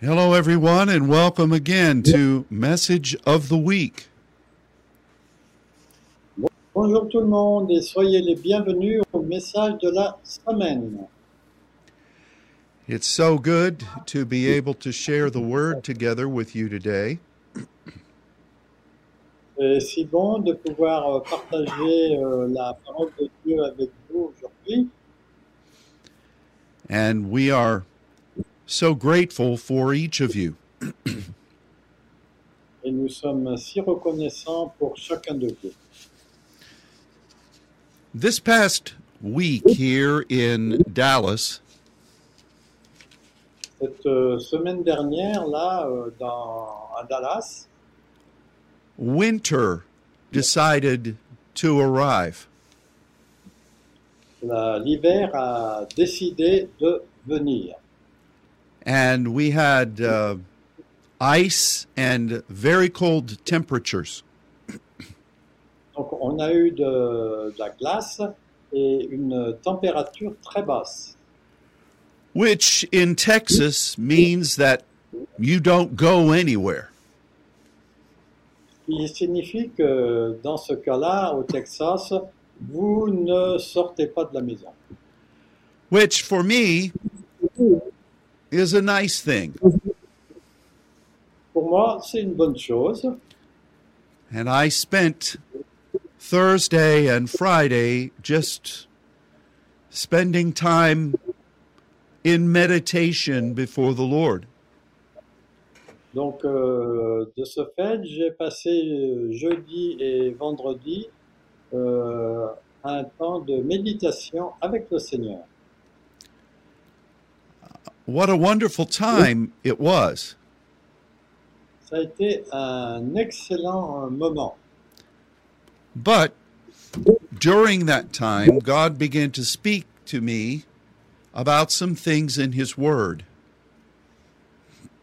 Hello, everyone, and welcome again to Message of the Week. Bonjour tout le monde et soyez les bienvenus au message de la semaine. It's so good to be able to share the word together with you today. C'est si bon de pouvoir euh, partager euh, la parole de Dieu avec vous aujourd'hui And we are so grateful for each of you. et nous sommes si reconnaissants pour chacun de vous. This past week here in Dallas, Cette euh, semaine dernière, là, euh, dans, à Dallas, winter decided to arrive. la- l'hiver a décidé de venir. And we had uh, ice and very cold temperatures. Donc on a eu de, de la glace et une température très basse. which in Texas means that you don't go anywhere. Il signifie que dans ce cas-là, au Texas, vous ne sortez pas de la maison. Which for me is a nice thing. Pour moi, c'est une bonne chose. And I spent Thursday and Friday just spending time in meditation before the Lord. Donc, euh, de ce fait, j'ai passé euh, jeudi et vendredi euh, un temps de méditation avec le Seigneur. What a wonderful time it was. Ça a été un excellent euh, moment. But during that time, God began to speak to me about some things in His Word.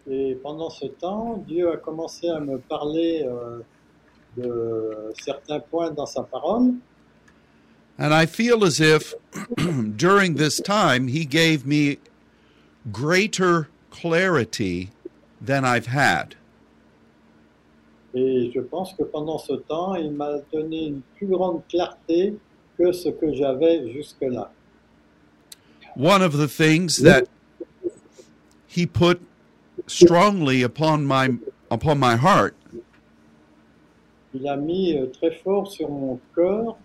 Et pendant ce temps, Dieu a commencé à me parler euh, de certains points dans sa parole. And I feel as if during this time, he gave me greater clarity than I've had. Et je pense que pendant ce temps, il m'a donné une plus grande clarté que ce que j'avais jusque-là. One of the things that he put strongly upon my upon my heart Il a mis euh, très fort sur mon cœur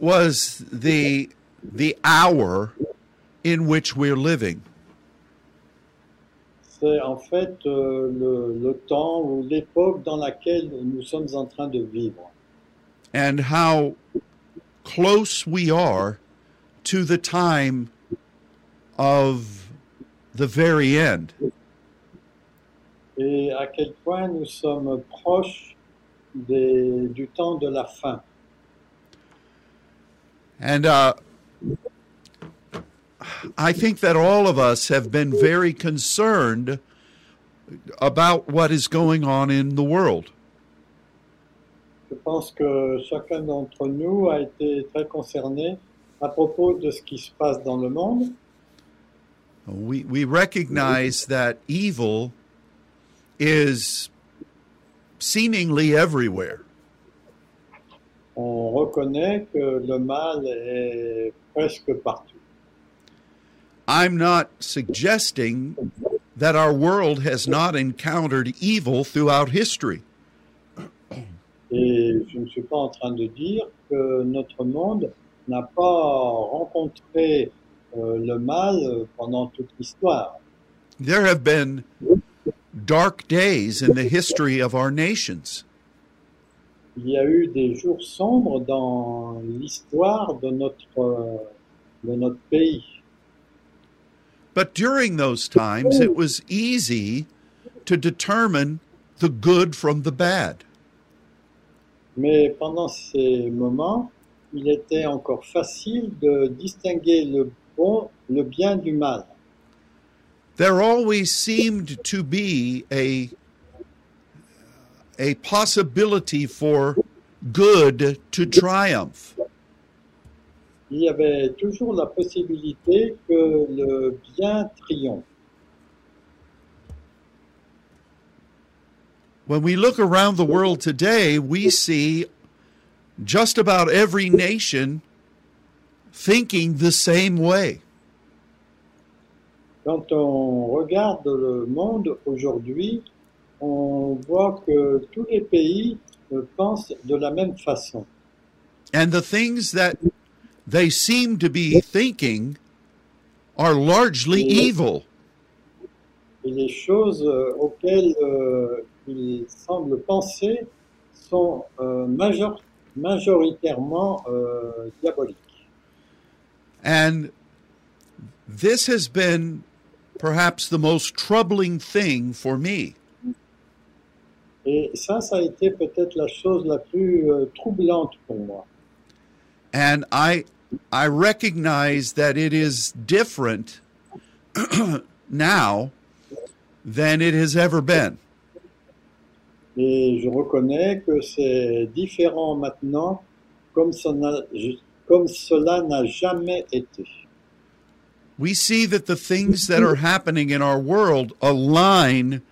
was the the hour in which we're living. C'est en fait euh, le, le temps ou l'époque dans laquelle nous sommes en train de vivre and how close we are to the time of the very end. et à quel point nous sommes proches des- du temps de la fin. And uh, I think that all of us have been very concerned about what is going on in the world. Je pense que chacun d'entre nous a été très concerné à propos de ce qui se passe dans le monde. We, we recognize that evil is seemingly everywhere. On reconnaît que le mal est presque partout. I'm not suggesting that our world has not encountered evil throughout history, Et je ne suis pas en train de dire que notre monde n'a pas rencontré euh, le mal pendant toute l'histoire. there have been dark days in the history of our nations. Il y a eu des jours sombres dans l'histoire de notre, euh, de notre pays. But during those times, it was easy to determine the good from the bad. Mais pendant ces moments, il était encore facile de distinguer le bon, le bien du mal. There always seemed to be a, a possibility for good to triumph. Il y avait toujours la possibilité que le bien triomphe. triomphe. When we look around the world today, we see just about every nation thinking the same way. Quand on regarde le monde aujourd'hui, on voit que tous les pays euh, pensent de la même façon. And the things that they seem to be thinking are largely evil. Et les choses euh, auxquelles euh, ils semblent penser sont euh, major- majoritairement euh, diaboliques. And this has been perhaps the most troubling thing for me. Et ça, ça a été peut-être la chose la plus euh, troublante pour moi. And I I recognize that it is different now than it has ever been. Et je reconnais que c'est différent maintenant comme, ça n'a- comme cela n'a jamais été. We see that the things that are happening in our world align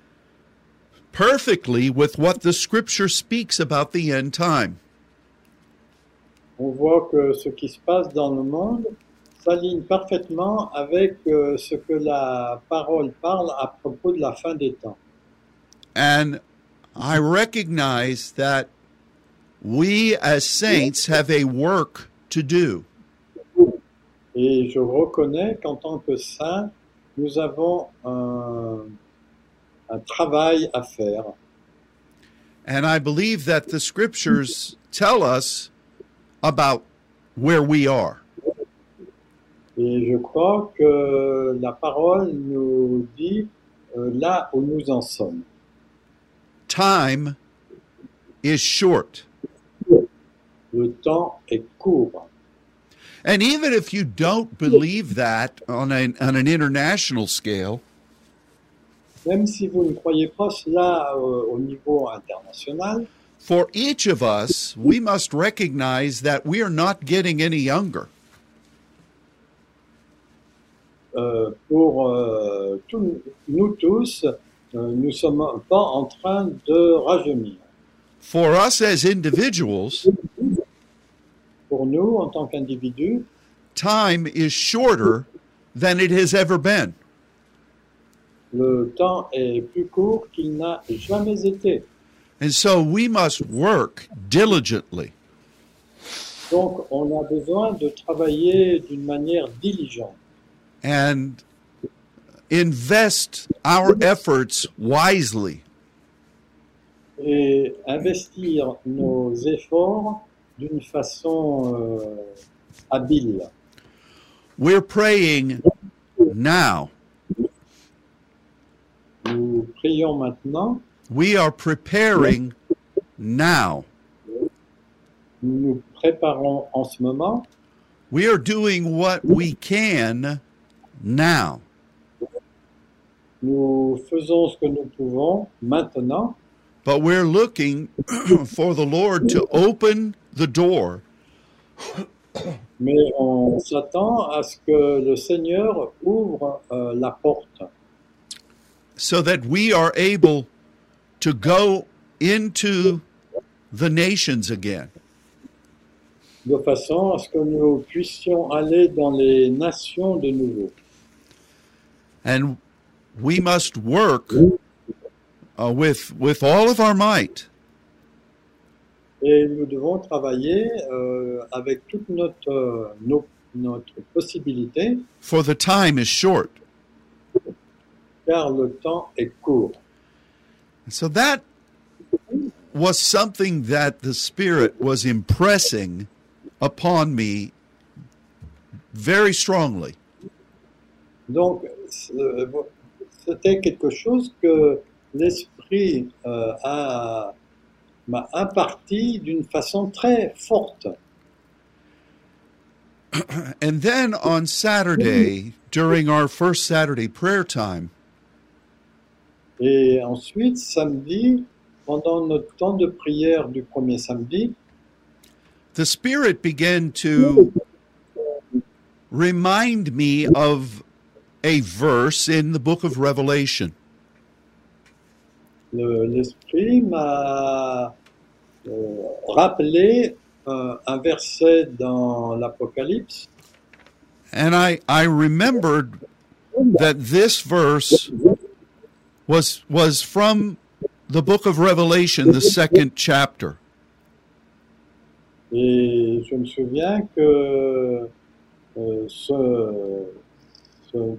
perfectly with what the scripture speaks about the end time. On voit que ce qui se passe dans le monde s'aligne parfaitement avec euh, ce que la parole parle à propos de la fin des temps. And I recognize that we as saints have a work to do. Et je reconnais qu'en tant que saint, nous avons un, un travail à faire. And I believe that the scriptures tell us about where we are. Et je crois que la parole nous dit euh, là où nous en sommes. Time is short. Le temps est court. And even if you don't believe that on an, on an international scale, Même si vous ne croyez pas cela euh, au niveau international, for each of us, we must recognize that we are not getting any younger. euh, pour euh, tous- nous tous, euh, nous sommes pas en train de rajeunir. For us as individuals, Pour nous, en tant qu'individus, time is shorter than it has ever been. le temps est plus court qu'il n'a jamais été. And so we must work diligently. Donc, on a besoin de travailler d'une manière diligente. and invest our efforts wisely. et investir nos efforts d'une façon euh, habile. We're praying now. Nous prions maintenant, We are preparing now. nous nous préparons en ce moment, We are doing what we can now. nous faisons ce que nous pouvons maintenant, But we're looking for the Lord to open the door mais on s'attend à ce que le Seigneur ouvre euh, la porte so that we are able to go into the nations again. de façon à ce que nous puissions aller dans les nations de nouveau. and we must work uh, with with all of our might Et nous devons travailler euh, avec toute notre, euh, nos- notre possibilité for the time is short car le temps est court. so that was something that the spirit was impressing upon me very strongly Donc, ce- c'était quelque chose que l'esprit euh, a- m'a imparti d'une façon très forte. and then on saturday during our first saturday prayer time Et ensuite, samedi, pendant notre temps de prière du premier samedi, the spirit began to remind me of a verse in the book of Revelation. Le- L'Esprit m'a euh, rappelé euh, un verset dans l'Apocalypse. And I, I remembered that this verse was, was from the book of Revelation, the second chapter. Et je me souviens que euh, ce, ce-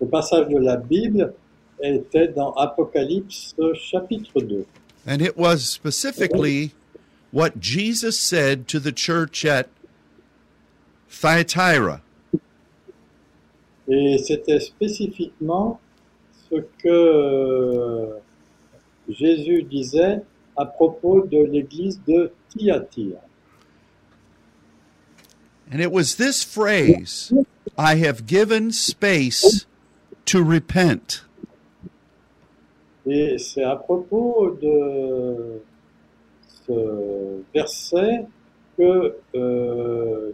ce passage de la Bible était dans Apocalypse chapitre 2. And it was specifically what Jesus said to the church at Thyatira. Et c'était spécifiquement ce que euh, Jésus disait à propos de l'église de Thyatire. And it was this phrase I have given space to repent. Et c'est à propos de ce verset que euh,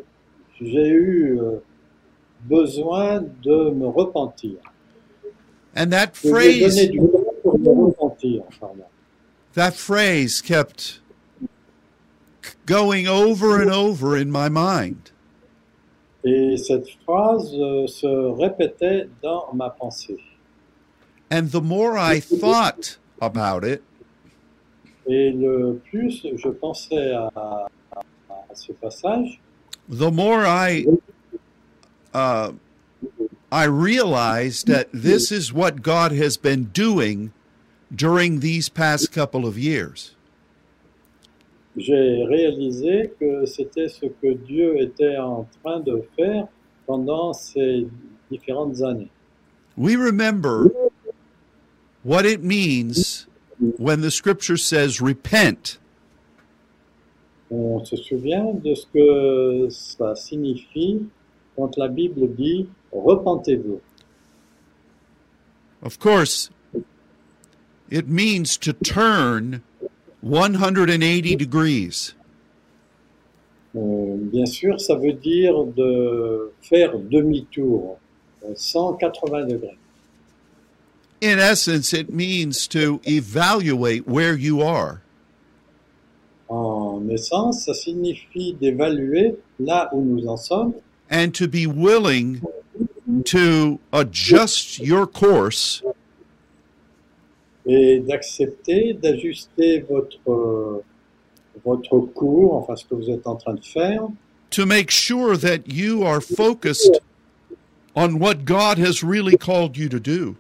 j'ai eu euh, besoin de me repentir. And that Je lui ai phrase, donné du temps pour me repentir. pardon. that phrase kept going over and over in my mind. Et cette phrase euh, se répétait dans ma pensée. And the more I thought about it, Et le plus je pensais à, à- à ce passage, the more I uh, I realized that this is what God has been doing during these past couple of years. j'ai réalisé que c'était ce que Dieu était en train de faire pendant ces différentes années. We remember what it means when the scripture says repent On se souvient de ce que ça signifie quand la Bible dit repentez-vous. Of course, it means to turn 180 degrees. Euh, bien sûr, ça veut dire de faire demi-tour, euh, 180 degrés. In essence, it means to evaluate where you are. En essence, ça signifie d'évaluer là où nous en sommes and to be willing to adjust your course et d'accepter, d'ajuster votre, votre cours, enfin ce que vous êtes en train de faire, to make sure that you are focused on what God has really called you to do.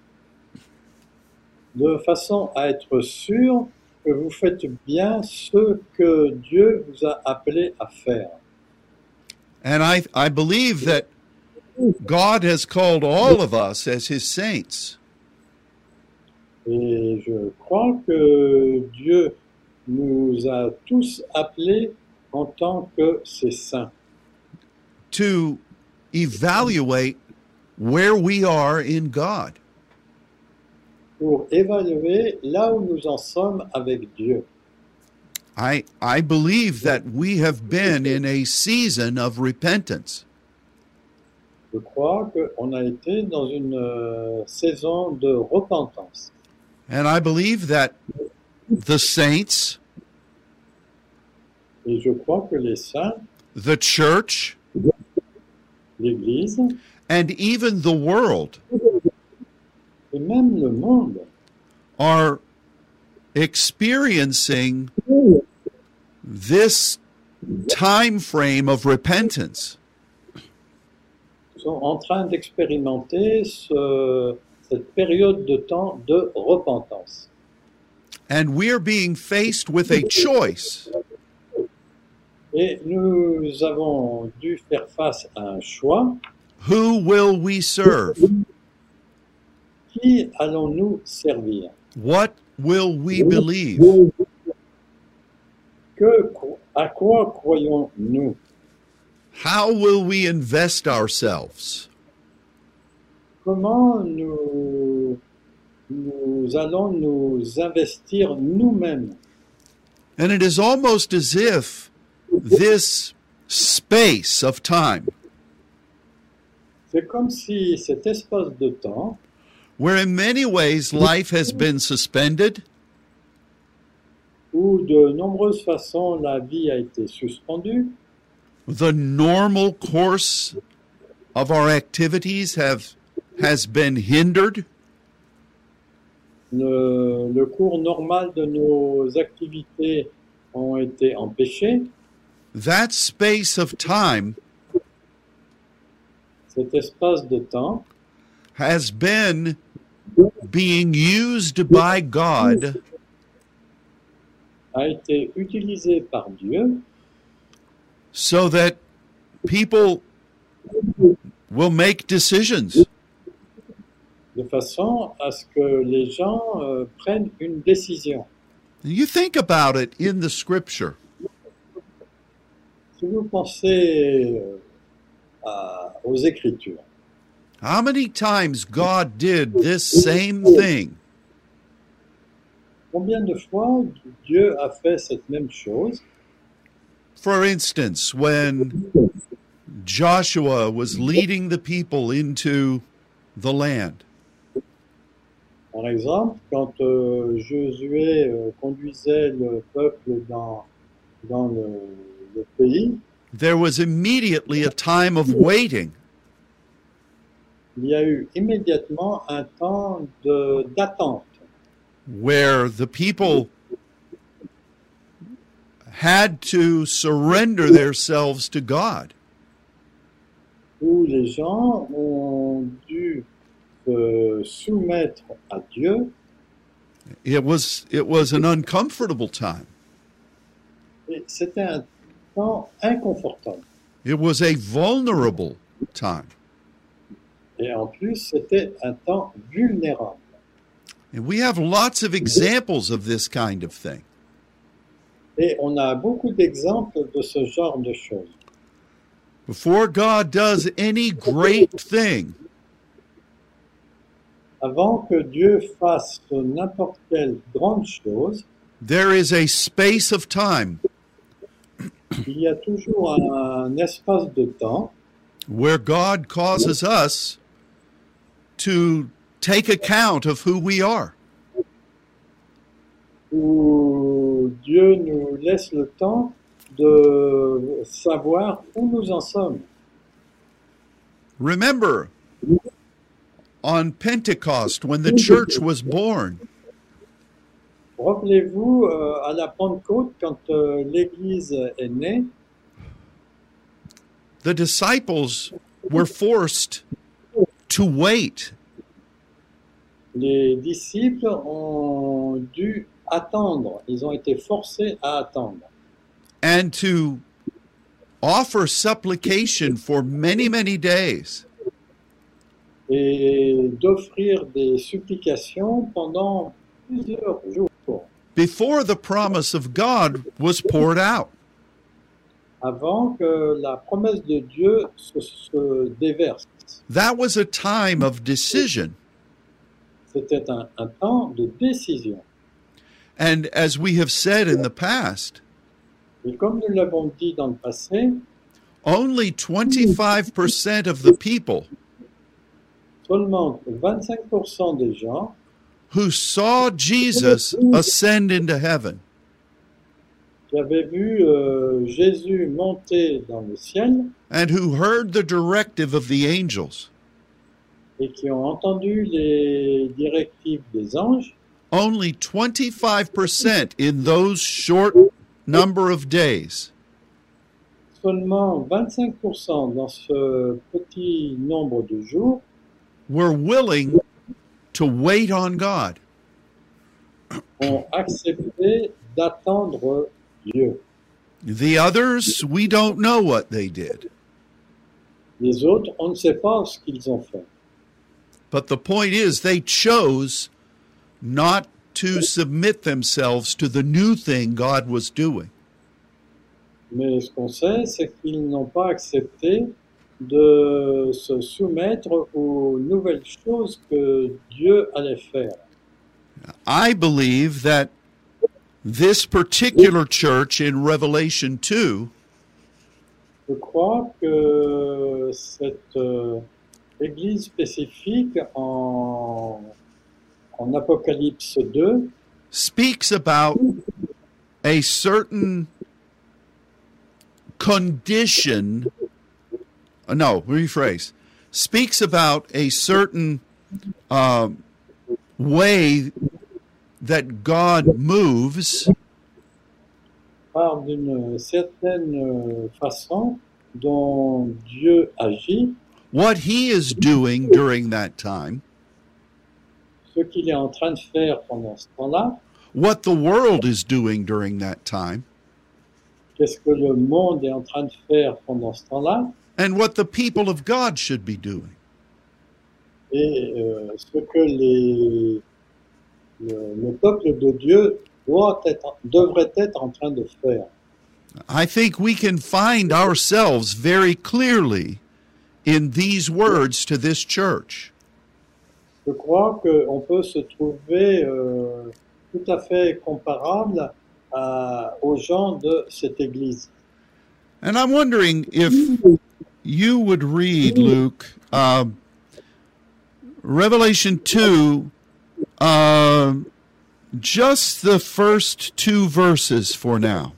de façon à être sûr que vous faites bien ce que Dieu vous a appelé à faire. And I, I believe that God has called all of us as his saints Et je crois que Dieu nous a tous appelés en tant que ses saints to evaluate where we are in God. pour évaluer là où nous en sommes avec Dieu. I, I believe that we have been in a season of repentance. Je crois qu'on a été dans une euh, saison de repentance. And I believe that the saints, Et je crois que les saints, the church, l'Église and even the world et même le monde are experiencing this time frame of repentance. sont en train d'expérimenter ce- cette période de temps de repentance. And we're being faced with a choice Et nous avons dû faire face à un choix. who will we serve? Qui allons-nous servir What will we believe? que, À quoi croyons-nous How will we invest ourselves? Comment nous, nous allons nous investir nous-mêmes And it is almost as if this space of time C'est comme si cet espace de temps, where in many ways life has been suspended, où de nombreuses façons la vie a été suspendue, the normal course of our activities have has been hindered, le, le cours normal de nos activités ont été empêchés, that space of time cet espace de temps has been being used by God a été utilisé par Dieu so that people will make decisions. de façon à ce que les gens euh, prennent une décision. You think about it in the scripture. Si vous pensez euh, à- aux Écritures, How many times God did this same thing? combien de fois Dieu a fait cette même chose For instance, when Joshua was leading the people into the land, Par exemple, quand euh, Josué euh, conduisait le peuple dans, dans le, le pays, there was immediately a time of waiting. il y a eu immédiatement un temps de- d'attente where the people had to surrender themselves to God. où les gens ont dû se soumettre à Dieu It was it was an uncomfortable time. et c'était un temps inconfortable. It was a vulnerable time. Et en plus, c'était un temps vulnérable. And we have lots of examples of this kind of thing. Et on a beaucoup d'exemples de ce genre de choses. Before God does any great thing, Avant que Dieu fasse n'importe quelle grande chose, there is a space of time il y a toujours un espace de temps where God causes us to take account of who we are. où Dieu nous laisse le temps de savoir où nous en sommes. Remember, on Pentecost, when the church was born, Rappelez-vous, euh, à la Pentecôte, quand euh, l'Église est née, the disciples were forced to wait. les disciples ont dû attendre, ils ont été forcés à attendre and to offer supplication for many, many days. et d'offrir des supplications pendant plusieurs jours Before the promise of God was poured out, avant que la promesse de Dieu se, se déverse. that was a time of decision. C'était un, un temps de décision. And as we have said in the past, Et comme nous l'avons dit dans le passé, only 25% of the people seulement 25% des gens who saw Jesus ascend into heaven qui avaient vu euh, Jésus monter dans le ciel and who heard the directive of the angels, et qui ont entendu les directives des anges, only 25% in those short number of days seulement 25% dans ce petit nombre de jours were willing to wait on God. ont accepté d'attendre Dieu. The others, we don't know what they did. Les autres, on ne sait pas ce qu'ils ont fait. But the point is, they chose not to submit themselves to the new thing God was doing. Mais ce qu'on sait, c'est qu'ils n'ont pas accepté de se soumettre aux nouvelles choses que Dieu allait faire. I believe that this particular church in Revelation 2 Je crois que cette euh, église spécifique en, en Apocalypse 2 speaks about a certain condition. uh, No, rephrase. Speaks about a certain uh, way that God moves parle d'une certaine euh, façon dont Dieu agit, what he is doing during that time, ce qu'il est en train de faire pendant ce temps-là, what the world is doing during that time, qu'est-ce que le monde est en train de faire pendant ce temps-là, and what the people of God should be doing. et euh, ce que les, le, le peuple de Dieu doit être, devrait être en train de faire. I think we can find ourselves very clearly in these words to this church. Je crois qu'on peut se trouver euh, tout à fait comparable à- aux gens de cette Église. And I'm wondering if you would read, Luke, um, Revelation 2, um, just the first two verses for now.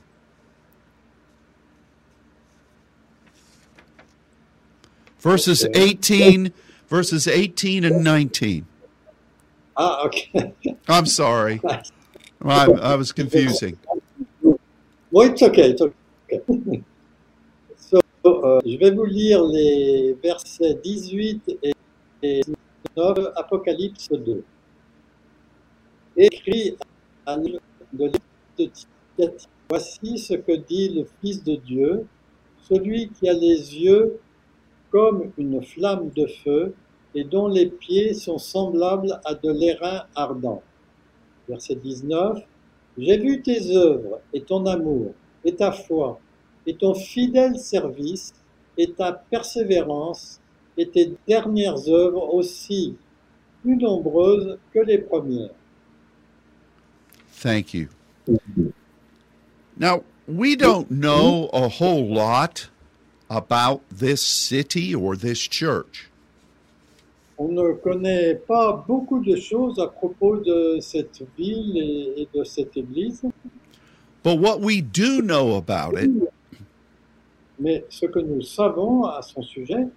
Verses Okay. 18, verses 18 and 19. Ah, ok. I'm sorry. I, I was confusing. Well, it's okay. It's okay. So, euh, je vais vous lire les versets 18 et et 19, Apocalypse 2. Écrit à l'île de l'île de Thyatire, Voici ce que dit le Fils de Dieu, celui qui a les yeux comme une flamme de feu et dont les pieds sont semblables à de l'airain ardent. Verset 19. J'ai vu tes œuvres et ton amour et ta foi et ton fidèle service et ta persévérance et tes dernières œuvres aussi, plus nombreuses que les premières. Thank you. Now, we don't know a whole lot about this city or this church. On ne connaît pas beaucoup de choses à propos de cette ville et, et de cette église, But what we do know about it mais ce que nous savons à son sujet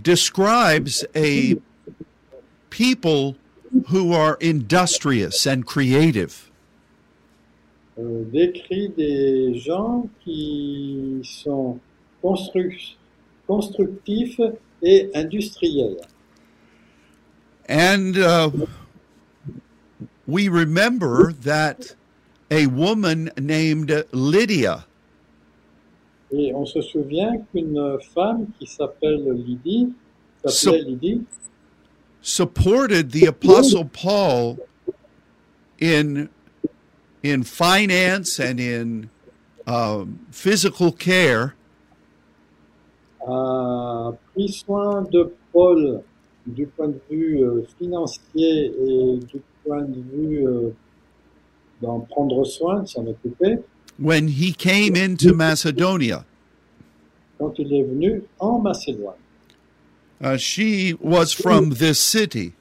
describes a people who are industrious and creative. euh, décrit des gens qui sont construc- constructifs et industriels. And uh, we remember that a woman named Lydia Et on se souvient qu'une femme qui s'appelle Lydie, s'appelait So- Lydie, supported the apostle paul in in finance and in um, physical care a pris soin de Paul du point de vue euh, financier et du point de vue euh, d'en prendre soin, de s'en occuper, when he came into macedonia quand il est venu en Macédoine. Uh, she was from this city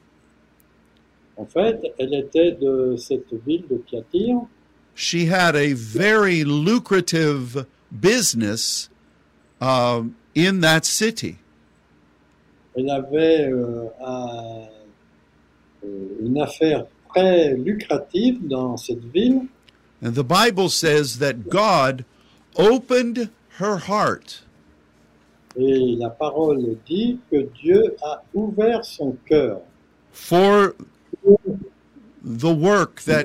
En fait, elle était de cette ville de Thyatire. she had a very lucrative business um, in that city Elle avait euh, un- euh, une affaire très lucrative dans cette ville. and the bible says that god opened her heart Et la parole dit que Dieu a ouvert son cœur for the work that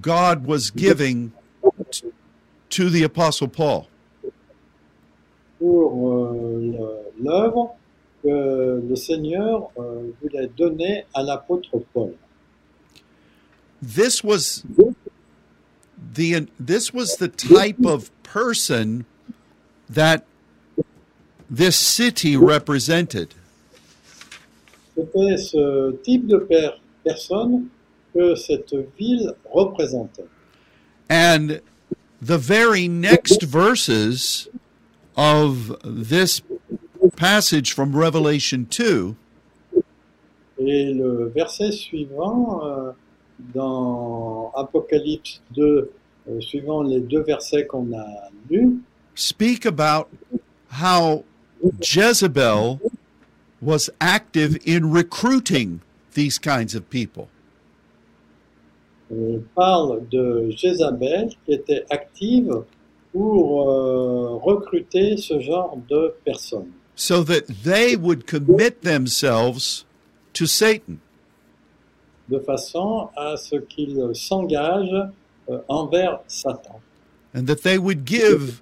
God was giving t- to the Apostle Paul. pour euh, le- l'œuvre que le Seigneur euh, voulait donner à l'apôtre Paul. This was the this was the type of person that this city represented. C'était ce type de per- personne que cette ville représentait. And the very next verses of this passage from Revelation 2 Et le verset suivant, euh, dans Apocalypse 2, euh, suivant les deux versets qu'on a lus, speak about how Jezebel was active in recruiting these kinds of people. on parle de Jézabel qui était active pour euh, recruter ce genre de personnes, so that they would commit themselves to Satan. de façon à ce qu'ils s'engagent euh, envers Satan. and that they would give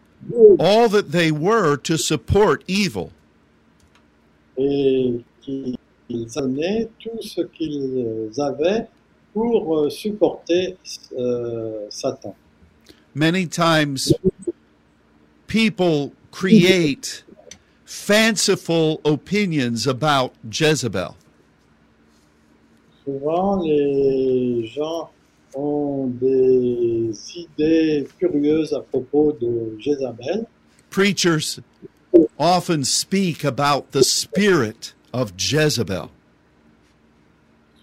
all that they were to support evil. et qu'ils amenaient tout ce qu'ils avaient pour euh, supporter euh, Satan. Many times, people create fanciful opinions about Jezebel. Souvent, les gens ont des idées curieuses à propos de Jézabel. Preachers often speak about the spirit of Jezebel.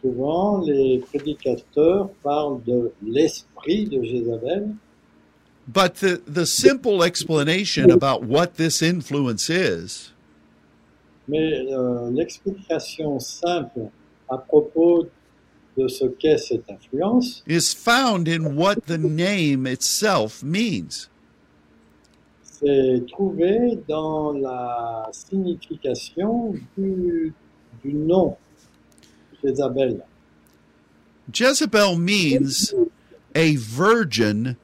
Souvent, les prédicateurs parlent de l'esprit de Jézabel, But the, the simple explanation about what this influence is mais euh, l'explication simple à propos de ce qu'est cette influence, is found in what the name itself means. c'est trouvé dans la signification du, du nom d'Isabelle. Jezebel means a virgin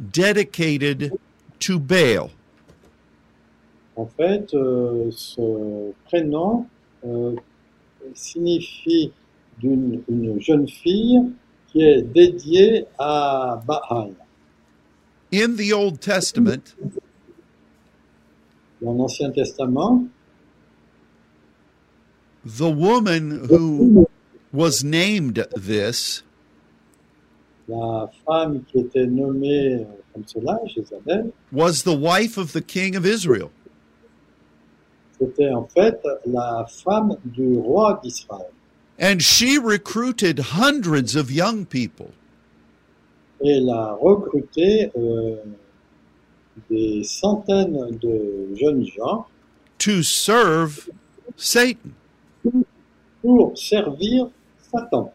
dedicated to Baal. En fait, euh, ce prénom euh, signifie d'une une jeune fille qui est dédiée à Baal. In the Old Testament, Dans l'Ancien Testament, the woman who was named this la femme qui était nommée euh, comme cela, Jézabel, was the wife of the king of Israel. c'était en fait la femme du roi d'Israël. And she recruited hundreds of young people et elle a recruté euh, des centaines de jeunes gens to serve Satan. pour servir Satan.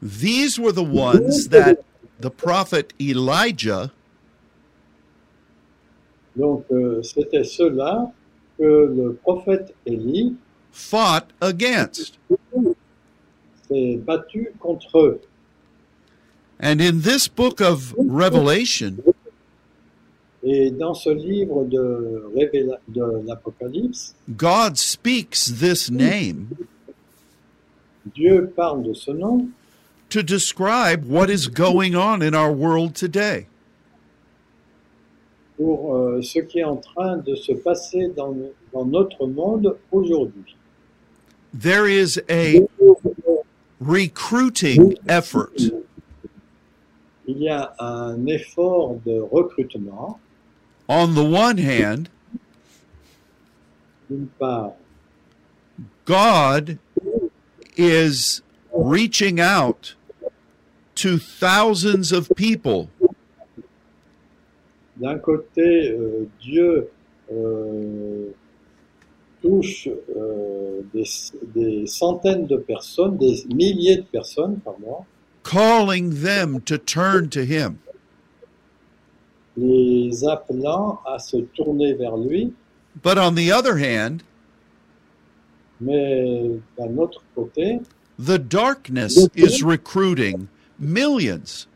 These were the ones that the prophet Elijah Donc euh, c'était cela que le prophète Élie fought against. s'est battu contre eux. And in this book of Revelation, Et dans ce livre de, Révéla- de l'Apocalypse, God speaks this name Dieu parle de ce nom to describe what is going on in our world today. pour euh, ce qui est en train de se passer dans, dans notre monde aujourd'hui. There is a recruiting effort Il y a un effort de recrutement, on the one hand, d'une part, God is reaching out to thousands of people D'un côté, euh, Dieu euh, touche euh, des, des centaines de personnes, des milliers de personnes, pardon, calling them to turn to him. les appelant à se tourner vers lui, But on the other hand, mais d'un autre côté, the darkness is recruiting millions.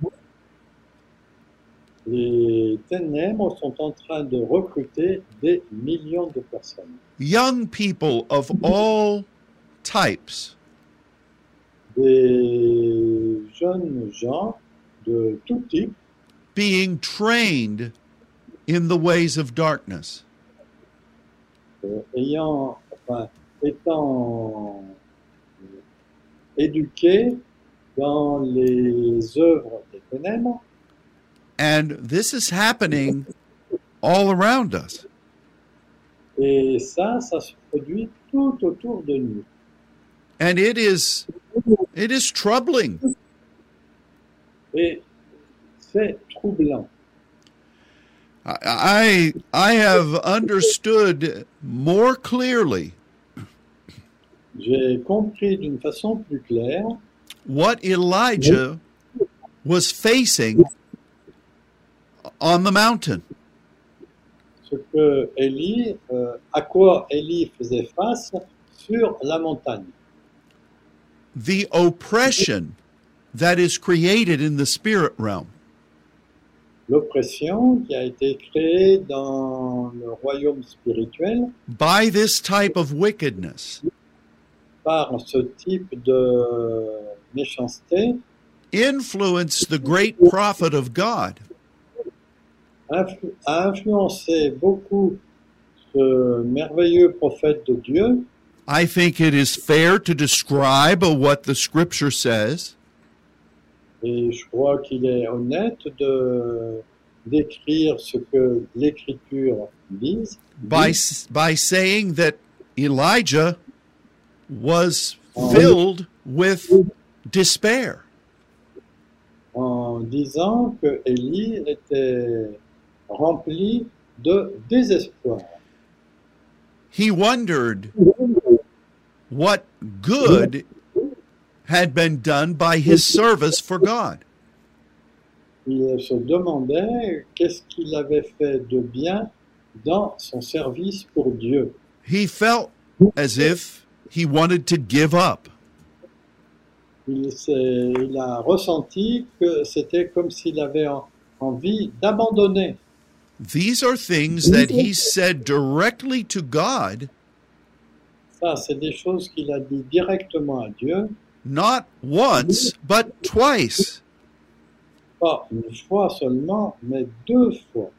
les ténèbres sont en train de recruter des millions de personnes, young people of all types des jeunes gens de tout type being trained in the ways of darkness. euh, ayant, enfin, étant euh, éduqué dans les œuvres des ténèbres, And this is happening all around us. Et ça, ça se produit tout autour de nous. And it is it is troubling. Et c'est troublant. I I have understood more clearly J'ai compris d'une façon plus claire what Elijah was facing on the mountain. ce que Élie, euh, à quoi Élie faisait face sur la montagne. The oppression that is created in the spirit realm. L'oppression qui a été créée dans le royaume spirituel by this type of wickedness. par ce type de méchanceté Influenced the great prophet of God, influ- a influencé beaucoup ce merveilleux prophète de Dieu. I think it is fair to describe uh, what the scripture says. Et je crois qu'il est honnête de d'écrire ce que l'écriture dit, by by saying that Elijah was filled with despair. en disant que Élie était rempli de désespoir. He wondered what good had been done by his service for God. Il se demandait qu'est-ce qu'il avait fait de bien dans son service pour Dieu. He felt as if he wanted to give up. Il, s'est- il a ressenti que c'était comme s'il avait en- envie d'abandonner. These are things that he said directly to God, Ça, c'est des choses qu'il a dit directement à Dieu, not once, but twice. pas une fois seulement, mais deux fois.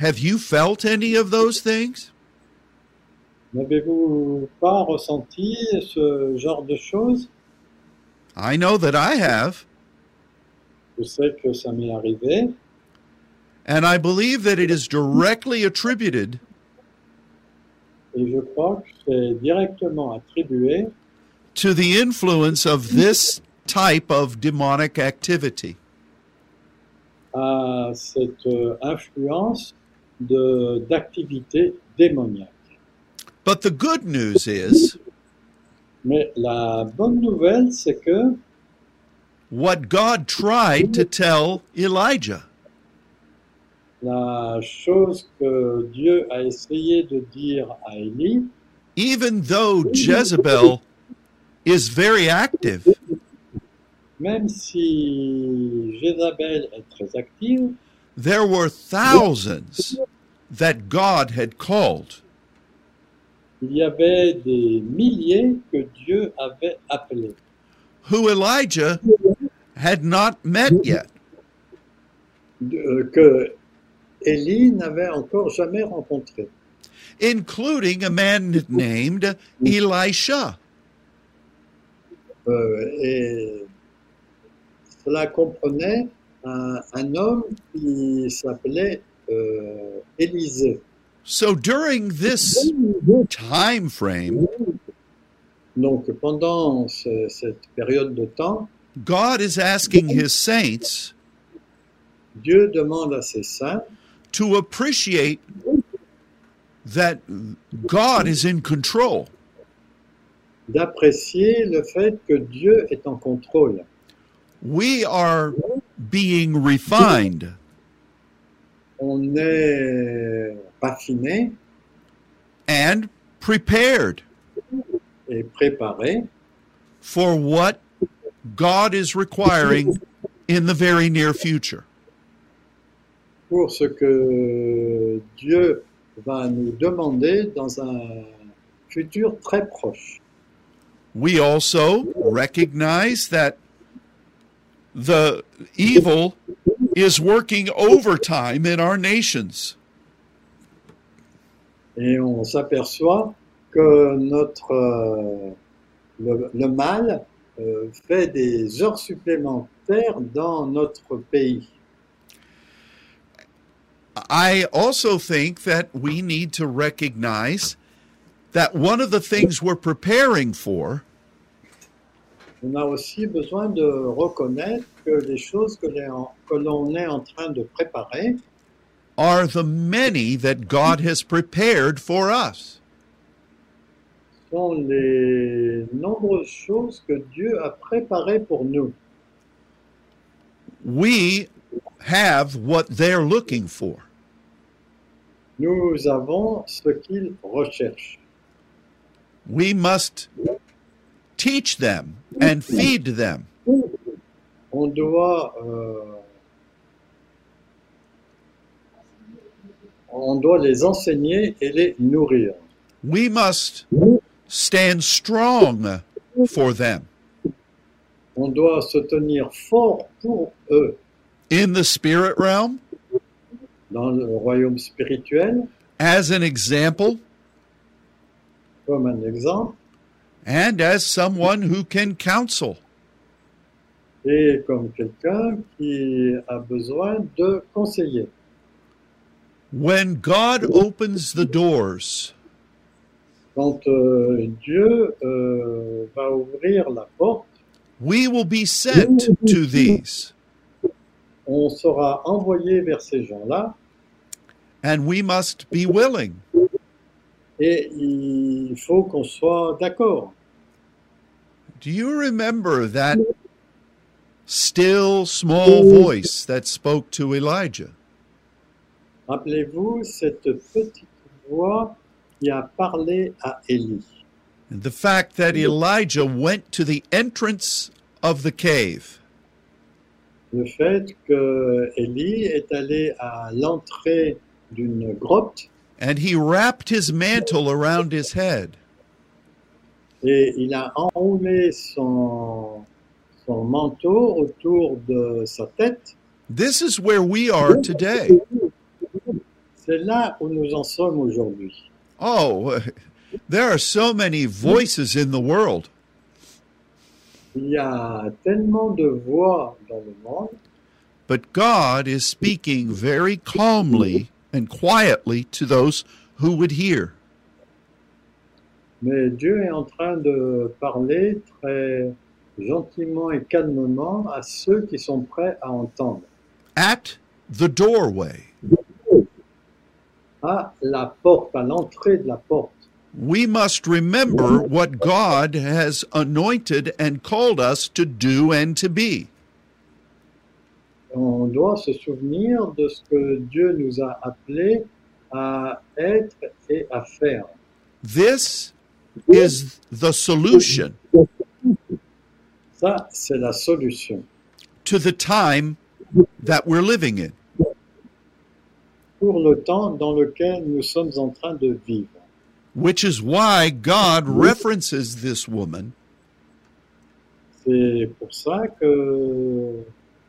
Have you felt any of those things? N'avez-vous pas ressenti ce genre de choses I know that I have, Je sais que ça m'est arrivé and I believe that it is directly attributed et je crois que c'est directement attribué to the influence of this type of demonic activity. à cette euh, influence de- d'activités démoniaques. But the good news is Mais la bonne nouvelle, c'est que what God tried to tell Elijah. la chose que Dieu a essayé de dire à Élie, Even though Jezebel is very active, même si Jézabel est très active, there were thousands that God had called. il y avait des milliers que Dieu avait appelés, who Elijah had not met yet. de- euh, que Élie n'avait encore jamais rencontrés, including a man named Elisha. Euh, et cela comprenait un, un homme qui s'appelait euh, Élisée. So during this time frame, Donc pendant ce- cette période de temps, God is asking his saints Dieu demande à ses saints to appreciate that God is in control. d'apprécier le fait que Dieu est en contrôle. We are being refined, On est raffiné and prepared et préparé for what God is requiring in the very near future. pour ce que Dieu va nous demander dans un futur très proche. we also recognize that the evil is working overtime in our nations. Et on s'aperçoit que notre euh, le, le mal euh, fait des heures supplémentaires dans notre pays. I also think that we need to recognize that one of the things we're preparing for On a aussi besoin de reconnaître que les choses que l'on que l'on est en train de préparer are the many that God has prepared for us. sont les nombreuses choses que Dieu a préparées pour nous. We have what they're looking for. Nous avons ce qu'ils recherchent. We must teach them and feed them. On doit, euh, on doit les enseigner et les nourrir. We must stand strong for them On doit se tenir fort pour eux in the spirit realm dans le royaume spirituel, as an example comme un exemple, and as someone who can counsel. et comme quelqu'un qui a besoin de conseiller. When God opens the doors, Quand euh, Dieu euh, va ouvrir la porte, we will be sent to these, on sera envoyé vers ces gens-là and we must be willing. et il faut qu'on soit d'accord. Do you remember that still small voice that spoke to Elijah? Rappelez-vous cette petite voix qui a parlé à Élie And the fact that Elijah went to the entrance of the cave. le fait que Élie est allé à l'entrée d'une grotte and he wrapped his mantle around his head. et il a enroulé son, son manteau autour de sa tête. This is where we are today. C'est là où nous en sommes aujourd'hui. Oh, there are so many voices in the world, Il y a tellement de voix dans le monde, but God is speaking very calmly and quietly to those who would hear. mais Dieu est en train de parler très gentiment et calmement à ceux qui sont prêts à entendre, At the doorway, à la porte, à l'entrée de la porte. we must remember what God has anointed and called us to do and to be. on doit se souvenir de ce que Dieu nous a appelés à être et à faire. This is the solution Ça, c'est la solution to the time that we're living in. pour le temps dans lequel nous sommes en train de vivre. which is why God references this woman C'est pour ça que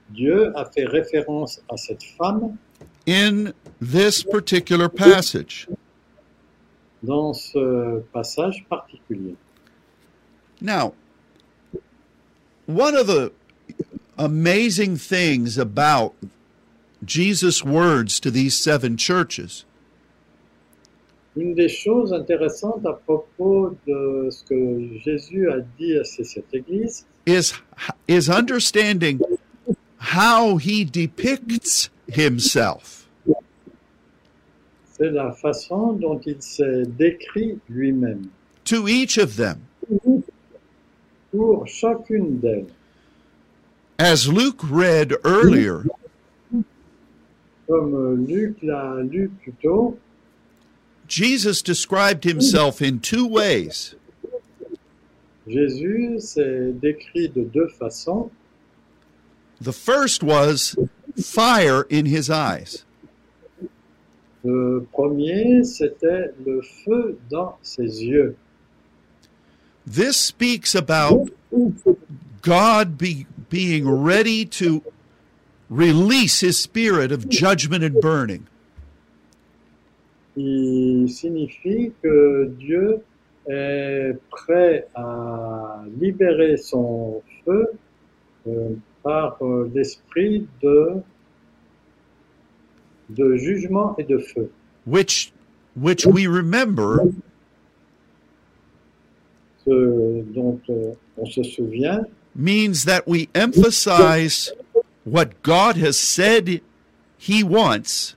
Dieu a fait référence à cette femme in this particular passage. dans ce passage particulier. Now, one of the amazing things about Jesus' words to these seven churches Une des choses intéressantes à propos de ce que Jésus a dit à ces- cette église, is is understanding how he depicts himself. c'est la façon dont il s'est décrit lui-même. To each of them, pour chacune d'elles. as Luke read earlier, Comme euh, Luc l'a lu plus tôt, Jesus described himself in two ways. Jésus s'est décrit de deux façons. The first was fire in his eyes. Le premier, c'était le feu dans ses yeux. This speaks about God be, being ready to release his spirit of judgment and burning. Il signifie que Dieu est prêt à libérer son feu euh, par euh, l'esprit de de jugement et de feu, which which we remember ce dont euh, on se souvient, means that we emphasize what God has said he wants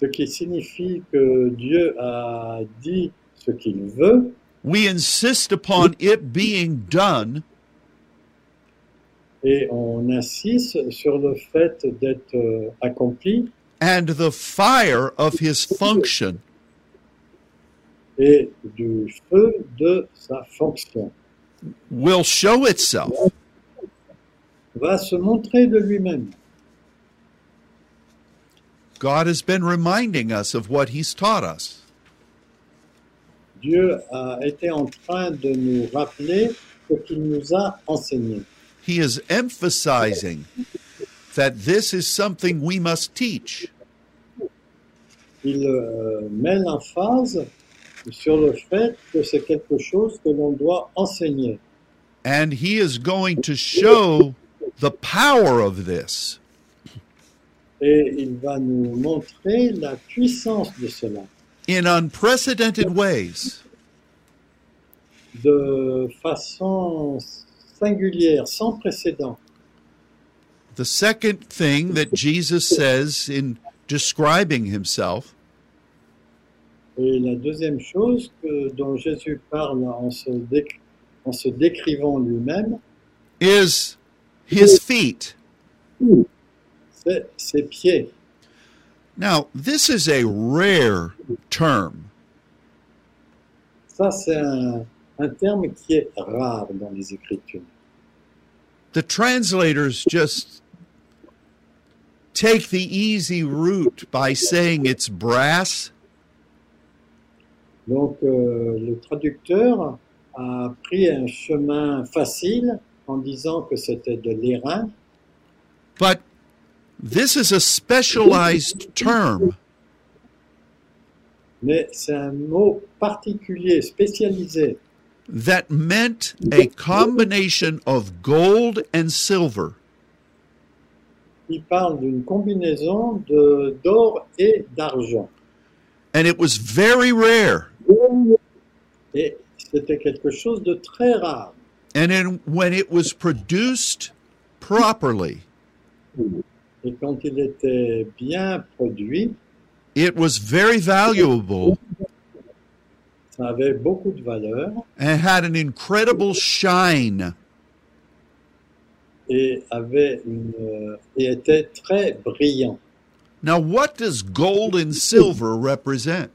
ce qui signifie que Dieu a dit ce qu'il veut, we insist upon it being done et on insiste sur le fait d'être euh, accompli, and the fire of his function et du feu de sa fonction will show itself va se montrer de lui-même. god has been reminding us of what he's taught us Dieu a été en train de nous rappeler ce qu'il nous a enseigné. he is emphasizing that this is something we must teach Il euh, met l'emphase sur le fait que c'est quelque chose que l'on doit enseigner. and he is going to show the power of this Et il va nous montrer la puissance de cela, in unprecedented ways de façon singulière, sans précédent. the second thing that jesus says in describing himself Et la deuxième chose que- dont Jésus parle en se, déc- en se décrivant lui-même, is his feet c'est ses pieds. Now, this is a rare term. Ça, c'est un, un terme qui est rare dans les Écritures. The translators just take the easy route by saying it's brass, Donc, euh, le traducteur a pris un chemin facile en disant que c'était de l'airain, but this is a specialized term mais c'est un mot particulier, spécialisé, that meant a combination of gold and silver. qui parle d'une combinaison de- d'or et d'argent. And it was very rare. Et c'était quelque chose de très rare. And in, when it was produced properly, Et quand il était bien produit, it was very valuable ça avait beaucoup de valeur and had an incredible shine. et, avait une, euh, et était très brillant. Now, what does gold and silver represent?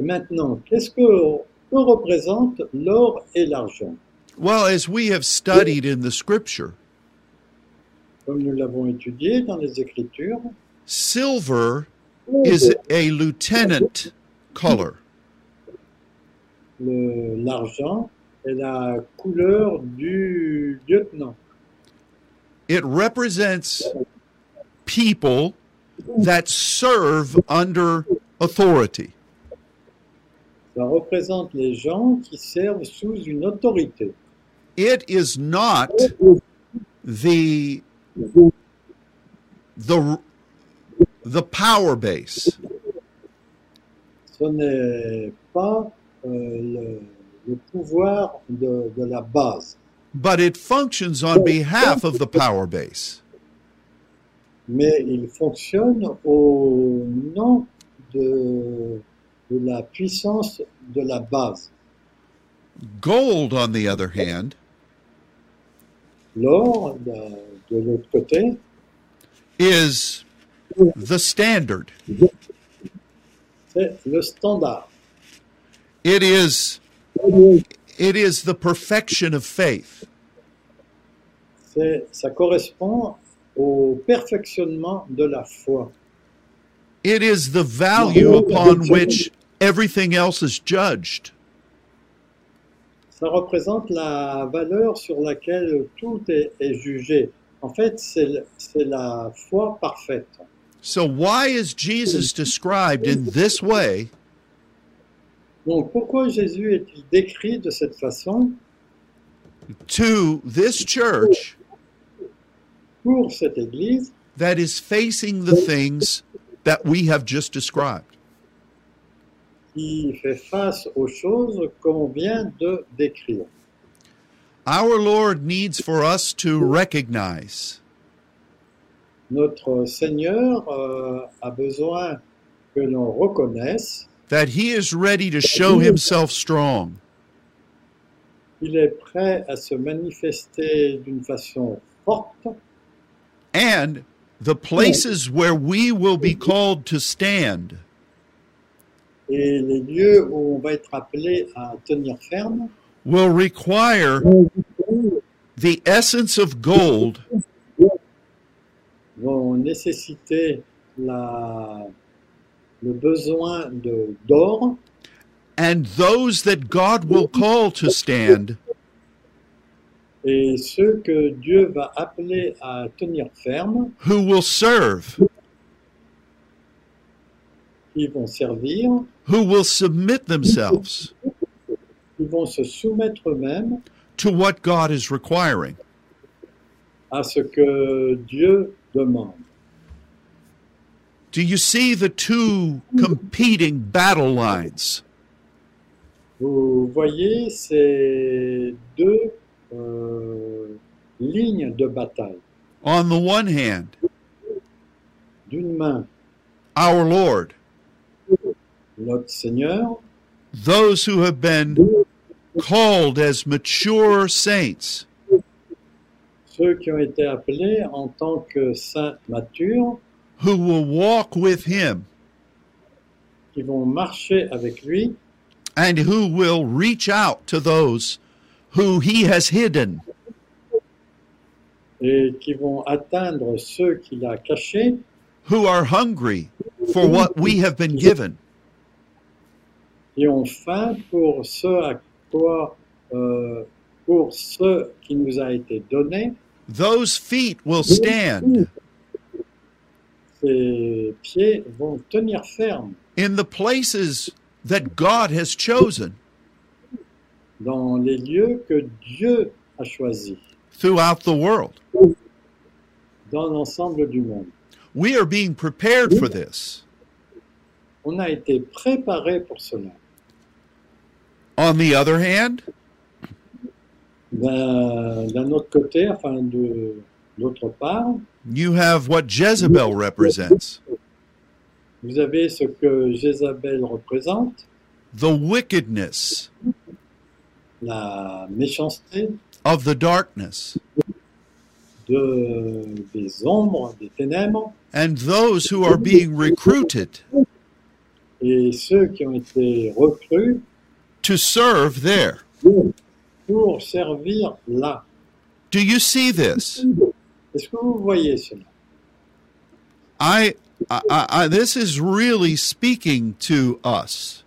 Et maintenant, qu'est-ce que, que représentent l'or et l'argent Well, as we have studied in the scripture, Comme nous l'avons étudié dans les Écritures, silver is a lieutenant color. le- l'argent est la couleur du lieutenant. It represents people that serve under authority. Ça représente les gens qui servent sous une autorité. It is not the the the power base. Ce n'est pas euh, le, le pouvoir de, de la base, but it functions on behalf of the power base. mais il fonctionne au nom de, de la puissance de la base. Gold, on the other hand, L'or, ben, de, de l'autre côté, is the standard. c'est le standard. It is it is the perfection of faith. C'est- ça correspond au perfectionnement de la foi. It is the value upon which everything else is judged. Ça représente la valeur sur laquelle tout est, est jugé. En fait, c'est le- c'est la foi parfaite. So why is Jesus described in this way Donc, pourquoi Jésus est-il décrit de cette façon to this church pour cette Église that is facing the things that we have just described. qui fait face aux choses qu'on vient de décrire. Our Lord needs for us to recognize Notre Seigneur euh, a besoin que l'on reconnaisse that He is ready to show Himself strong, qu'il est prêt à se manifester d'une façon forte and the places where we will be called to stand et les lieux où on va être appelé à tenir ferme will require the essence of gold vont nécessiter la- le besoin de- d'or and those that God will call to stand et ceux que Dieu va appeler à tenir ferme, who will serve, qui vont servir, who will submit themselves qui vont se soumettre eux-mêmes to what God is requiring. à ce que Dieu demande. Do you see the two competing battle lines? Vous voyez ces deux euh, lignes de bataille. On the one hand, D'une main, our Lord, notre Seigneur, those who have been called as mature saints, ceux qui ont été appelés en tant que saints matures, who will walk with Him qui vont marcher avec lui and who will reach out to those who He has hidden. et qui vont atteindre ceux qu'il a cachés, who are hungry for what we have been given. qui ont faim pour ce à quoi, euh, pour ce qui nous a été donné. Those feet will stand Ses pieds vont tenir ferme in the places that God has chosen dans les lieux que Dieu a choisis throughout the world. dans l'ensemble du monde. We are being prepared for this. On a été préparé pour cela. On the other hand, D'un d'un autre côté, enfin de d'autre part, you have what Jezebel represents vous avez ce que Jézabel représente, the wickedness la méchanceté of the darkness de, des ombres, des ténèbres, and those who are being recruited et ceux qui ont été recrues to serve there. pour servir là. Do you see this? Est-ce que vous voyez cela I, I, I I- this is really speaking to us.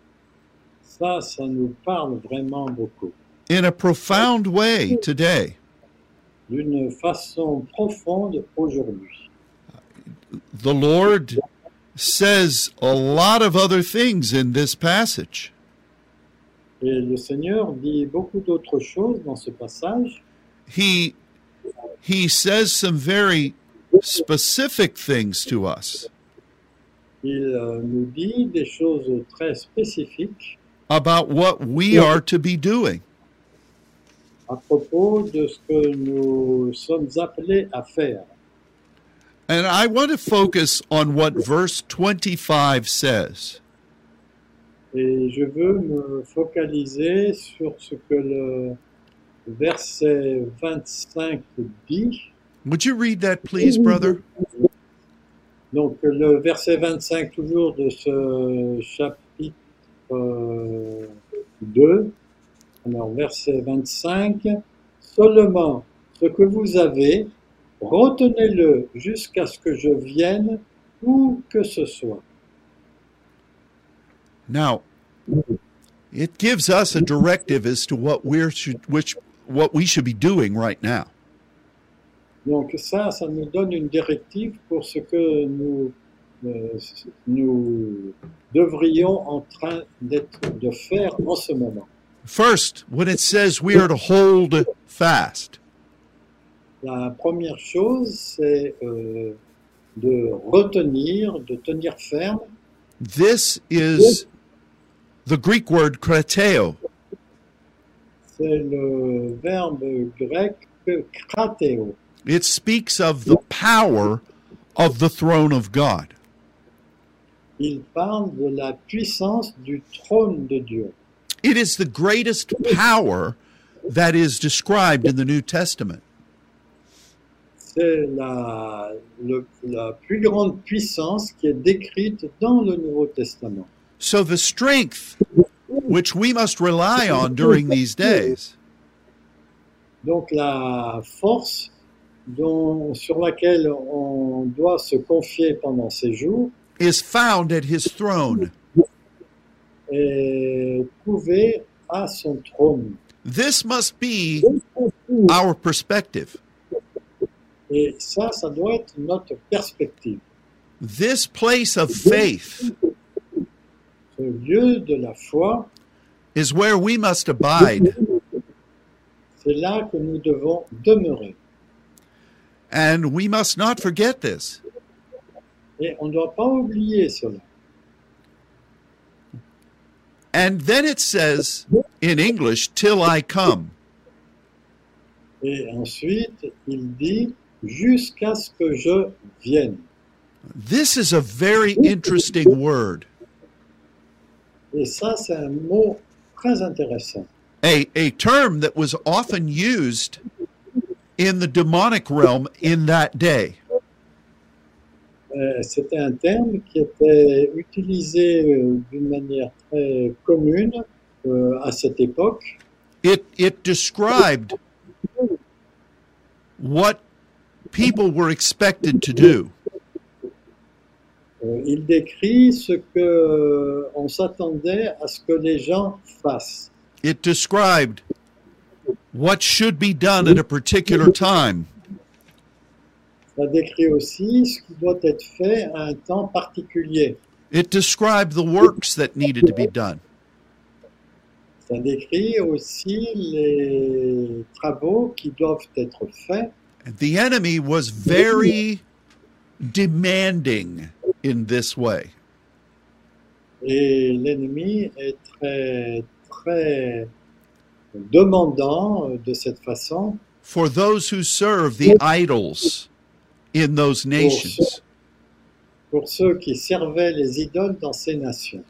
Ça, ça nous parle vraiment beaucoup, in a profound way today. d'une façon profonde aujourd'hui. The Lord says a lot of other things in this passage, Et le Seigneur dit beaucoup d'autres choses dans ce passage. He he says some very specific things to us Il euh, nous dit des choses très spécifiques about what we are to be doing. à propos de ce que nous sommes appelés à faire. And I want to focus on what verse 25 says. Et je veux me focaliser sur ce que le verset 25 dit. Would you read that, please, brother? Donc le verset 25 toujours de ce chapitre euh, 2. Alors verset 25. Seulement ce que vous avez, retenez-le jusqu'à ce que je vienne où que ce soit. Now, it gives us a directive as to what we're should, which what we should be doing right now. Donc ça, ça nous donne une directive pour ce que nous, euh, nous devrions en train d'être, de faire en ce moment. First, when it says we are to hold fast, La première chose, c'est euh, de retenir, de tenir ferme. This is the Greek word krateo. C'est le verbe grec kratéo. It speaks of the power of the throne of God. Il parle de la puissance du trône de Dieu. It is the greatest power that is described in the New Testament. C'est la, le- la plus grande puissance qui est décrite dans le Nouveau Testament. So the strength which we must rely on during these days Donc la force dont- sur laquelle on doit se confier pendant ces jours is found at his throne. est trouvée à son trône. This must be our perspective. Et ça, ça doit être notre perspective. This place of faith Ce lieu de la foi, is where we must abide. c'est là que nous devons demeurer. And we must not forget this. Et on ne doit pas oublier cela. And then it says in English, till I come. Et ensuite, il dit jusqu'à ce que je vienne. This is a very interesting word, Et ça, c'est un mot très intéressant. a, a term that was often used in the demonic realm in that day. Euh, C'était un terme qui était utilisé euh, d'une manière très commune euh, à cette époque. It, it described what people were expected to do. Euh, il décrit ce que euh, on s'attendait à ce que les gens fassent. It described what should be done at a particular time. Ça décrit aussi ce qui doit être fait à un temps particulier. It described the works that needed to be done. Ça décrit aussi les travaux qui doivent être faits The enemy was very demanding in this way. Et l'ennemi est très, très demandant euh, de cette façon For those who serve the idols in those nations. pour ceux qui servaient les idoles dans ces nations.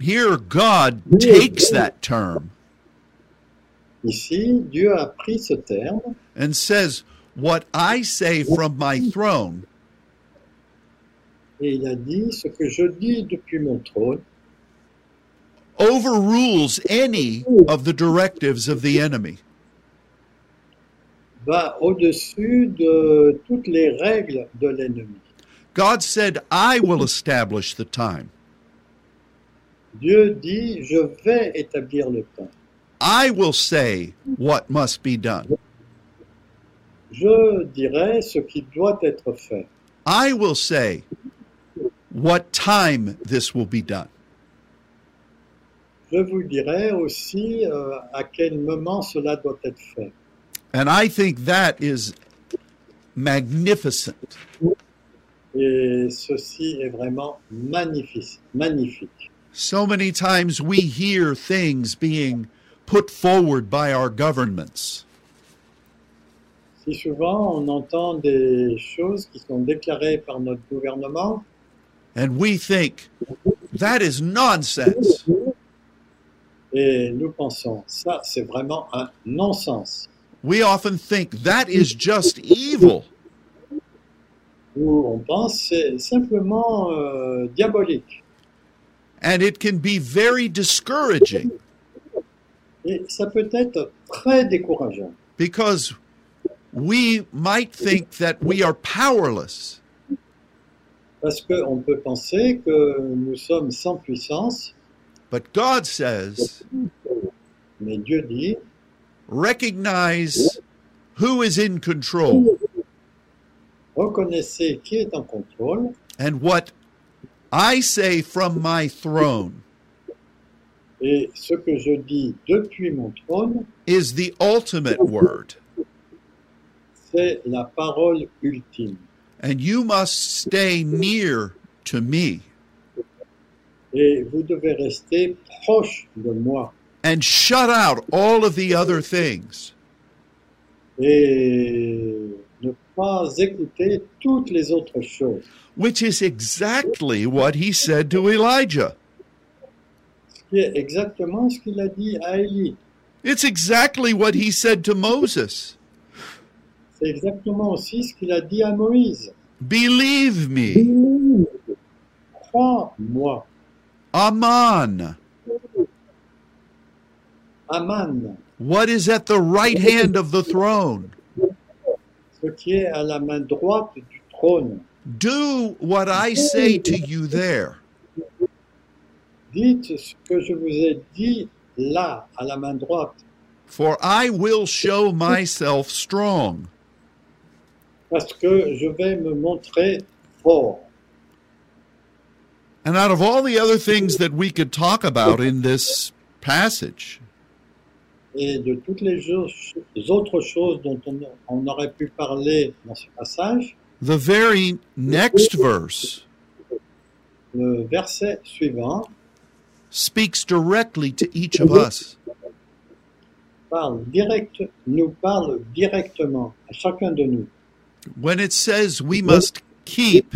Here, God takes that term Ici, Dieu a pris ce terme and says, What I say from my throne, et il a dit ce que je dis depuis mon trône overrules any of the directives of the enemy. va au-dessus de toutes les règles de l'ennemi. God said, I will establish the time, Dieu dit, je vais établir le temps. I will say what must be done, Je dirai ce qui doit être fait. I will say what time this will be done. Je vous dirai aussi euh, à quel moment cela doit être fait. And I think that is magnificent. Et ceci est vraiment magnifique. magnifique. So many times we hear things being put forward by our governments Si souvent on entend des choses qui sont déclarées par notre gouvernement and we think that is nonsense. et nous pensons, ça c'est vraiment un non-sens. We often think that is just evil. Ou on pense c'est simplement euh, diabolique. And it can be very discouraging Et ça peut être très décourageant because we might think that we are powerless parce qu'on peut penser que nous sommes sans puissance, But God says, mais Dieu dit, recognize who is in control reconnaissez qui est en contrôle and what I say from my throne et ce que je dis depuis mon trône is the ultimate word. c'est la parole ultime. and you must stay near to me et vous devez rester proche de moi and shut out all of the other things. et ne pas écouter toutes les autres choses, which is exactly what he said to Elijah. ce qui est exactement ce qu'il a dit à Élie. It's exactly what he said to Moses. C'est exactement aussi ce qu'il a dit à Moïse. Believe me, Crois-moi, Aman, Aman, what is at the right hand of the throne. ce qui est à la main droite du trône. Do what I say to you there. Dites ce que je vous ai dit là, à la main droite, For I will show myself strong. parce que je vais me montrer fort. And out of all the other things that we could talk about in this passage, Et de toutes les, jo- les autres choses dont on, on aurait pu parler dans ce passage, the very next verse le verset suivant speaks directly to each of us. parle direct, nous parle directement à chacun de nous. When it says we must keep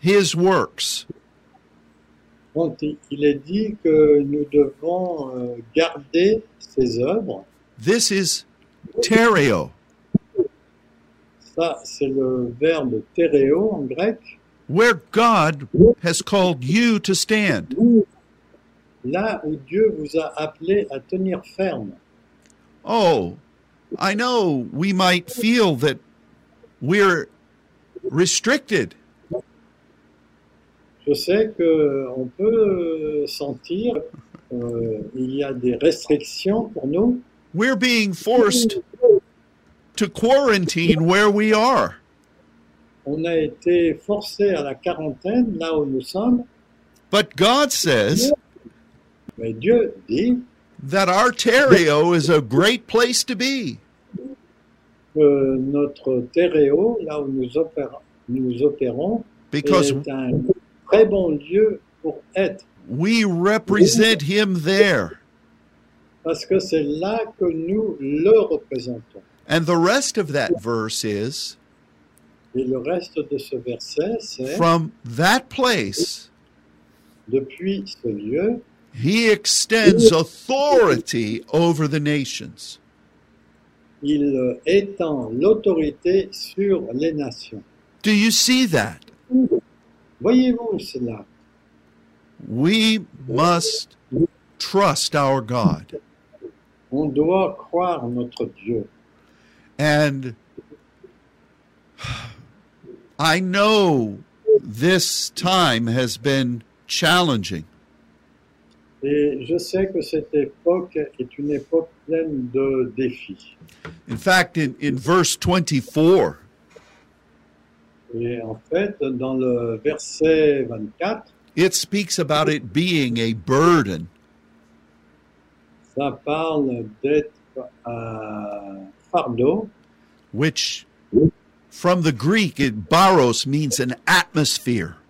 his works, Donc, il- il est dit que nous devons euh, garder ses œuvres. this is tereo, Ça, c'est le verbe téréo en grec. where God has called you to stand. Là où Dieu vous a appelé à tenir ferme. Oh, I know we might feel that we're restricted. Je sais que on peut euh, sentir euh, il y a des restrictions pour nous. We're being forced to quarantine where we are. On a été forcé à la quarantaine là où nous sommes, But God says mais Dieu dit that our terrio is a great place to be. que euh, notre téréo, là où nous, opéra- nous opérons, Because est un très bon lieu pour être, we represent him there. parce que c'est là que nous le représentons. And the rest of that verse is Et le reste de ce verset, c'est from that place, depuis ce lieu, he extends authority over the nations. il euh, étend l'autorité sur les nations. Do you see that? Voyez-vous cela We must trust our God. On doit croire notre Dieu. And I know this time has been challenging, Et je sais que cette époque est une époque pleine de défis. In fact, in, in verse 24, Et en fait, dans le verset 24, it speaks about it being a burden. ça parle d'être un fardeau. which from the Greek, it baros means an atmosphere.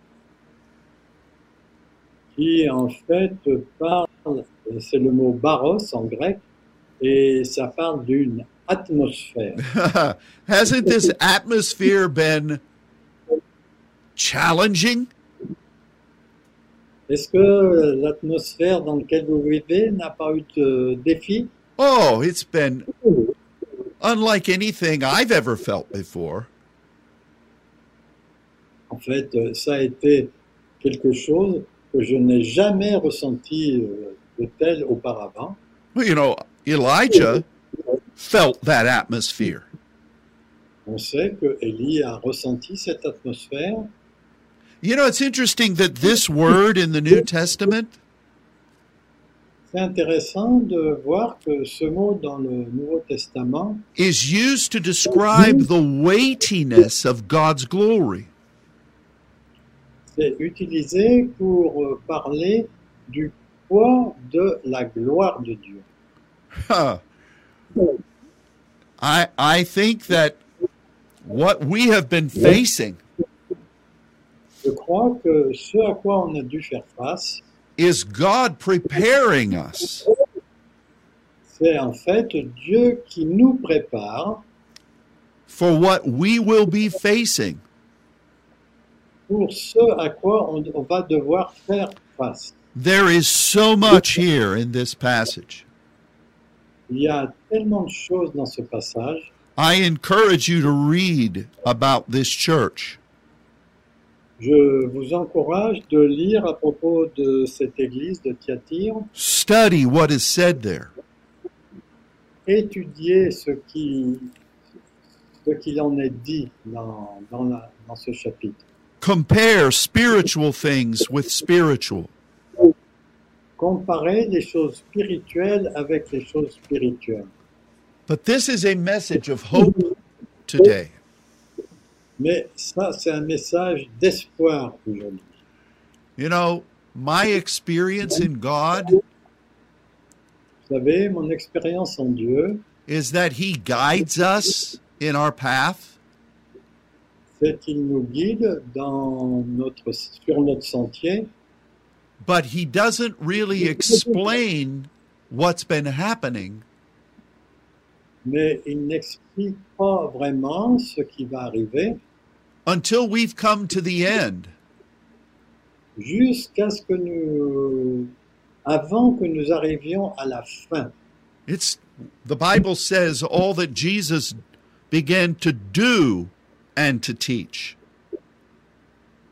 qui en fait parle, c'est le mot baros en grec, et ça parle d'une atmosphère. Hasn't this atmosphere been challenging? Est-ce que l'atmosphère dans laquelle vous vivez n'a pas eu de défi Oh, it's been unlike anything I've ever felt before. En fait, euh, ça a été quelque chose que je n'ai jamais ressenti euh, de tel auparavant. Well, you know, Elijah felt that atmosphere. On sait que Élie a ressenti cette atmosphère. You know, it's interesting that this word in the New Testament C'est intéressant de voir que ce mot dans le Nouveau Testament is used to describe the weightiness of God's glory. C'est utilisé pour euh, parler du poids de la gloire de Dieu. Huh. I I think that what we have been facing Je crois que ce à quoi on a dû faire face, is God preparing us c'est en fait Dieu qui nous prépare for what we will be facing. pour ce à quoi on, on va devoir faire face. There is so much here in this passage. Il y a tellement de choses dans ce passage. I encourage you to read about this church. Je vous encourage de lire à propos de cette église de Thyatire, Study what is said there. étudier ce qui ce qu'il en est dit dans, dans, la- dans ce chapitre. Compare spiritual things with spiritual. Comparer les choses spirituelles avec les choses spirituelles. But this is a message of hope today. Mais ça, c'est un message d'espoir aujourd'hui. You know, my experience in God Vous savez, mon expérience en Dieu, is that He guides us in our path. c'est qu'il nous guide dans notre, sur notre sentier, but he doesn't really explain what's been happening mais il n'explique pas vraiment ce qui va arriver until we've come to the end. jusqu'à ce que nous, avant que nous arrivions à la fin. It's the Bible says all that Jesus began to do and to teach.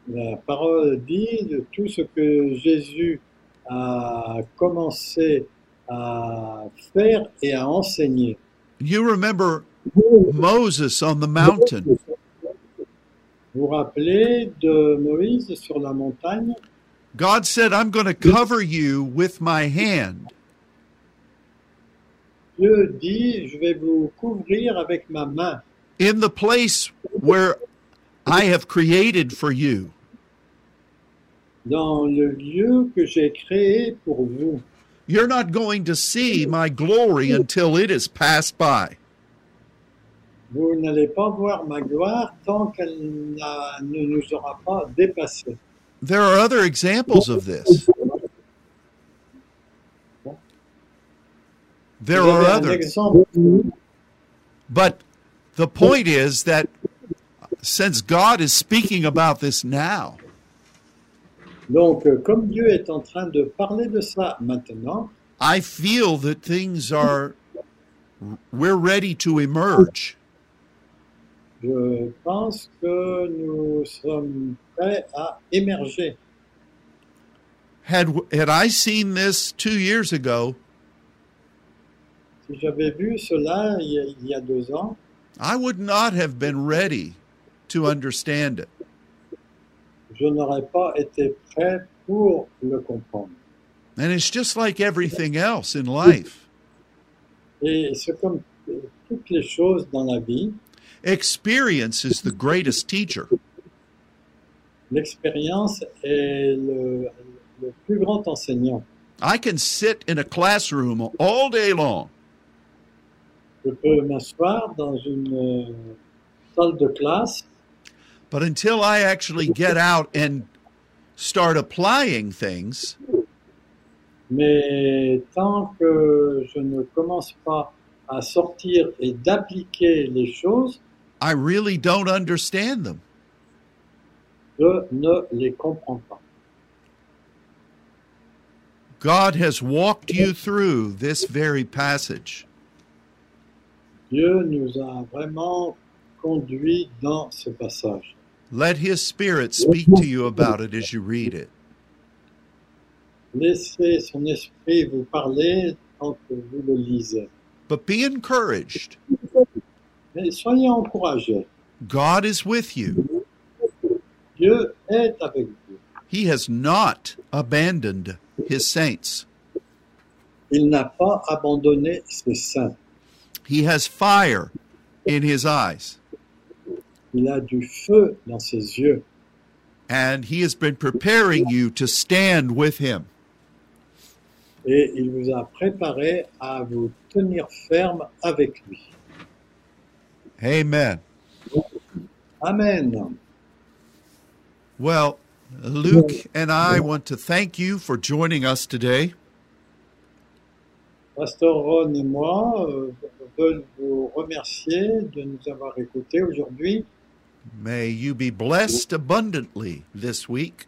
La parole dit de tout ce que Jésus a commencé à faire et à enseigner. You remember Moses on the mountain. Vous vous rappelez de Moïse sur la montagne God said, "I'm going to cover you with my hand." Dieu dit, je vais vous couvrir avec ma main In the place where I have created for you. dans le lieu que j'ai créé pour vous. You're not going to see my glory until it is passed by. Vous n'allez pas voir ma gloire tant qu'elle n'a- ne nous aura pas dépassés. There are other examples of this. There Vous are avez un others. exemple. But the point is that since God is speaking about this now, Donc, euh, comme Dieu est en train de parler de ça maintenant, I feel that things are, we're ready to emerge. je pense que nous sommes prêts à émerger. Had, had I seen this two years ago, Si j'avais vu cela il y a- il y a deux ans, I would not have been ready to understand it. je n'aurais pas été prêt pour le comprendre. And it's just like everything else in life. Et c'est comme euh, toutes les choses dans la vie, Experience is the greatest teacher. l'expérience est le, le plus grand enseignant. I can sit in a classroom all day long Je peux m'asseoir dans une euh, salle de classe, But until I actually get out and start applying things, mais tant que je ne commence pas à sortir et d'appliquer les choses, I really don't understand them. je ne les comprends pas. God has walked you through this very passage. Dieu nous a vraiment conduits dans ce passage. Let His Spirit speak to you about it as you read it. Laissez son esprit vous parler tant que vous le lisez. But be encouraged. Mais soyez encouragés. God is with you, Dieu est avec vous. He has not abandoned His saints. Il n'a pas abandonné ses saints. He has fire in His eyes, Il a du feu dans ses yeux. and He has been preparing you to stand with Him. Et il vous a préparé à vous tenir ferme avec lui. Amen. Amen. Well, Luke and I want to thank you for joining us today. Pasteur Ron et moi euh, veulent vous remercier de nous avoir écoutés aujourd'hui. May you be blessed abundantly this week.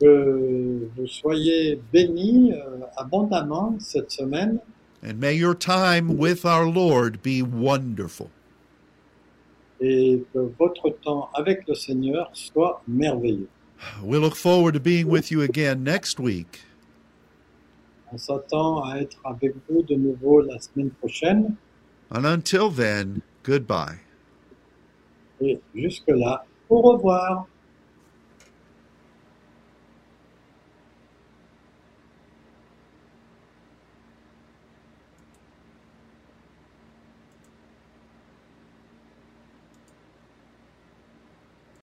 Que vous soyez bénis euh, abondamment cette semaine And may your time with our Lord be wonderful. et que votre temps avec le Seigneur soit merveilleux. We look forward to being with you again next week. On s'attend à être avec vous de nouveau la semaine prochaine And until then, goodbye. et jusque-là, au revoir.